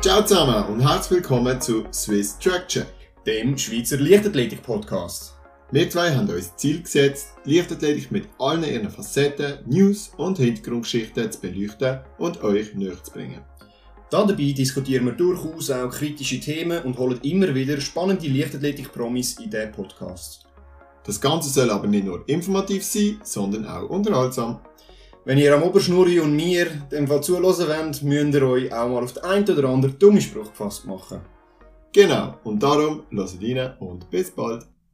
Ciao zusammen und herzlich willkommen zu Swiss Track Check. dem Schweizer Leichtathletik-Podcast. Wir zwei haben uns das Ziel gesetzt, die Leichtathletik mit allen ihren Facetten, News und Hintergrundgeschichten zu beleuchten und euch näher zu bringen. Dabei diskutieren wir durchaus auch kritische Themen und holen immer wieder spannende Leichtathletik-Promis in diesen Podcast. Das Ganze soll aber nicht nur informativ sein, sondern auch unterhaltsam. Wenn ihr am Oberschnurri und mir dem Fall zulassen wollt, müsst ihr euch auch mal auf den einen oder anderen dummen Spruch gefasst machen. Genau, und darum lasst rein und bis bald.